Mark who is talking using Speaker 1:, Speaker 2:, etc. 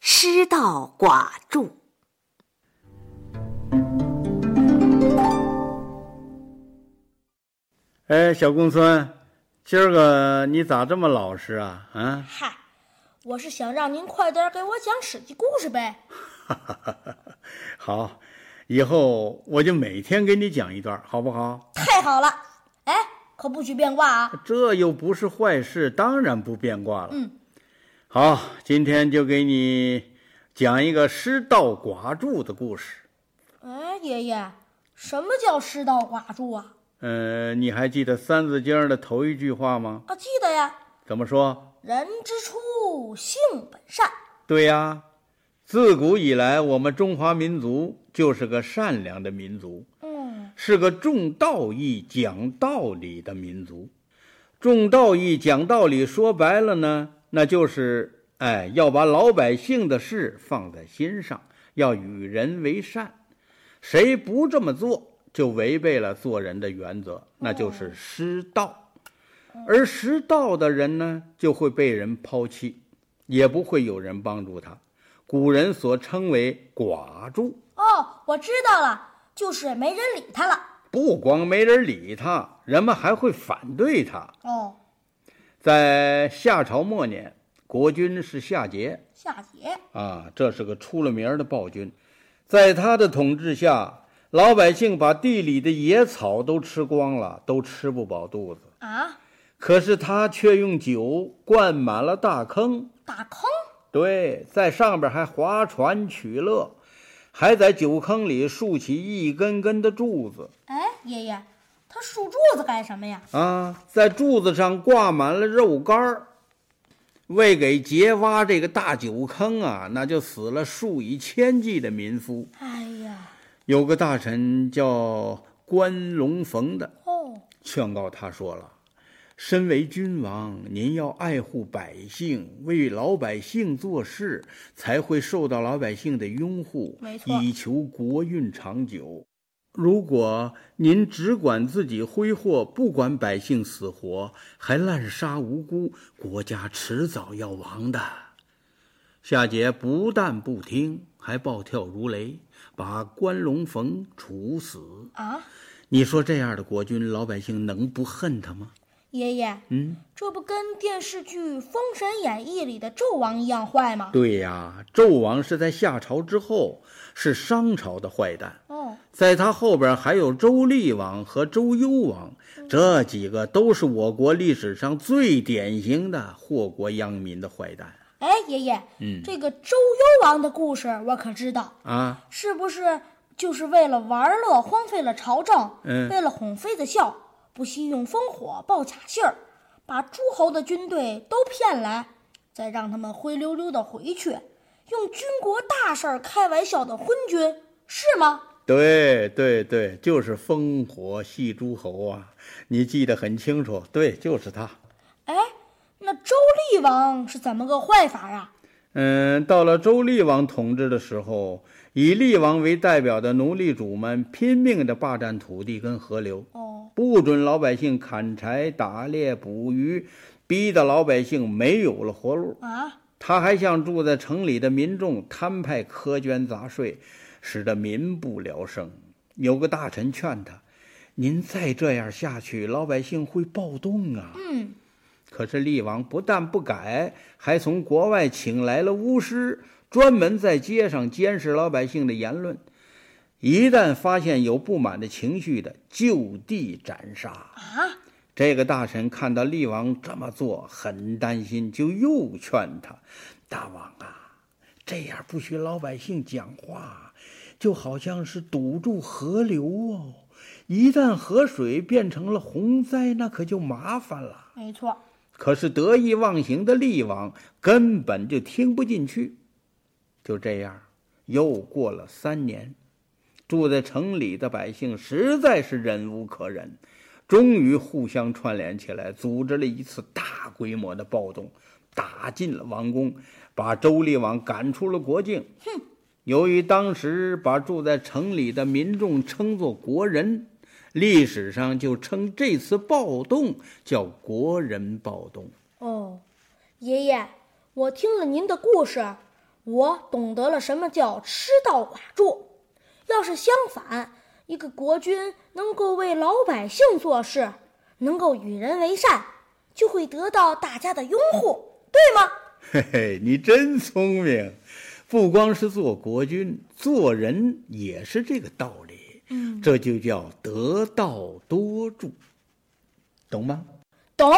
Speaker 1: 失道寡助。
Speaker 2: 哎，小公孙，今儿个你咋这么老实啊？啊，
Speaker 3: 嗨，我是想让您快点给我讲史记故事呗。
Speaker 2: 好，以后我就每天给你讲一段，好不好？
Speaker 3: 太好了，哎，可不许变卦啊！
Speaker 2: 这又不是坏事，当然不变卦了。
Speaker 3: 嗯，
Speaker 2: 好，今天就给你讲一个失道寡助的故事。
Speaker 3: 哎，爷爷，什么叫失道寡助啊？
Speaker 2: 呃，你还记得《三字经》的头一句话吗？
Speaker 3: 啊，记得呀，
Speaker 2: 怎么说？
Speaker 3: 人之初，性本善。
Speaker 2: 对呀，自古以来，我们中华民族就是个善良的民族。
Speaker 3: 嗯，
Speaker 2: 是个重道义、讲道理的民族。重道义、讲道理，说白了呢，那就是哎，要把老百姓的事放在心上，要与人为善。谁不这么做，就违背了做人的原则，那就是失道。而失道的人呢，就会被人抛弃，也不会有人帮助他。古人所称为寡助。
Speaker 3: 哦，我知道了，就是没人理他了。
Speaker 2: 不光没人理他，人们还会反对他。
Speaker 3: 哦，
Speaker 2: 在夏朝末年，国君是夏桀
Speaker 3: 夏桀，
Speaker 2: 啊，这是个出了名儿的暴君。在他的统治下，老百姓把地里的野草都吃光了，都吃不饱肚子。
Speaker 3: 啊，
Speaker 2: 可是他却用酒灌满了大坑，
Speaker 3: 大坑，
Speaker 2: 对，在上边还划船取乐，还在酒坑里竖起一根根的柱子。
Speaker 3: 哎，爷爷，他竖柱子干什么呀？
Speaker 2: 啊，在柱子上挂满了肉干儿，为给杰挖这个大酒坑啊，那就死了数以千计的民夫。
Speaker 3: 哎呀，
Speaker 2: 有个大臣叫关龙逢的，
Speaker 3: 哦，
Speaker 2: 劝告他说了：“身为君王，您要爱护百姓，为老百姓做事，才会受到老百姓的拥护
Speaker 3: 没，错
Speaker 2: 以求国运长久。如果您只管自己挥霍，不管百姓死活，还滥杀无辜，国家迟早要亡的。”夏桀不但不听，还暴跳如雷，把关龙逢处死。
Speaker 3: 啊，
Speaker 2: 你说这样的国君，老百姓能不恨他吗？
Speaker 3: 爷爷，
Speaker 2: 嗯，
Speaker 3: 这不跟电视剧《封神演义》里的纣王一样坏吗？
Speaker 2: 对呀，纣王是在夏朝之后，是商朝的坏蛋，
Speaker 3: 哦，
Speaker 2: 在他后边还有周厉王和周幽王，这几个都是我国历史上最典型的祸国殃民的坏蛋
Speaker 3: 哎，爷爷，
Speaker 2: 嗯
Speaker 3: 这个周幽王的故事我可知道，
Speaker 2: 啊！
Speaker 3: 是不是就是为了玩乐荒废了朝政？
Speaker 2: 嗯
Speaker 3: 为了哄妃子笑，不惜用烽火报假信儿，把诸侯的军队都骗来，再让他们灰溜溜的回去，用军国大事儿开玩笑的昏君，是吗？
Speaker 2: 对对对，就是烽火戏诸侯啊！你记得很清楚，对，就是他。
Speaker 3: 哎，那周厉王是怎么个坏法呀、
Speaker 2: 嗯，到了周厉王统治的时候，以厉王为代表的奴隶主们拼命地霸占土地跟河流，
Speaker 3: 哦，
Speaker 2: 不准老百姓砍柴、打猎、捕鱼，逼得老百姓没有了活路。
Speaker 3: 啊，
Speaker 2: 他还向住在城里的民众摊派苛捐杂税，使得民不聊生。有个大臣劝他：“您再这样下去，老百姓会暴动啊！”
Speaker 3: 嗯，
Speaker 2: 可是厉王不但不改，还从国外请来了巫师，专门在街上监视老百姓的言论。一旦发现有不满的情绪的，就地斩杀。
Speaker 3: 啊，
Speaker 2: 这个大臣看到厉王这么做，很担心，就又劝他：“大王啊，这样不许老百姓讲话，就好像是堵住河流哦。一旦河水变成了洪灾，那可就麻烦了。”
Speaker 3: 没错，
Speaker 2: 可是得意忘形的厉王根本就听不进去。就这样，又过了三年，住在城里的百姓实在是忍无可忍，终于互相串联起来，组织了一次大规模的暴动，打进了王宫，把周厉王赶出了国境。
Speaker 3: 哼！
Speaker 2: 由于当时把住在城里的民众称作国人，历史上就称这次暴动叫国人暴动。
Speaker 3: 哦，爷爷，我听了您的故事，我懂得了什么叫吃到寡助。要是相反，一个国君能够为老百姓做事，能够与人为善，就会得到大家的拥护，对吗？
Speaker 2: 嘿嘿，你真聪明，不光是做国君，做人也是这个道理。
Speaker 3: 嗯，
Speaker 2: 这就叫得道多助，懂吗？
Speaker 3: 懂。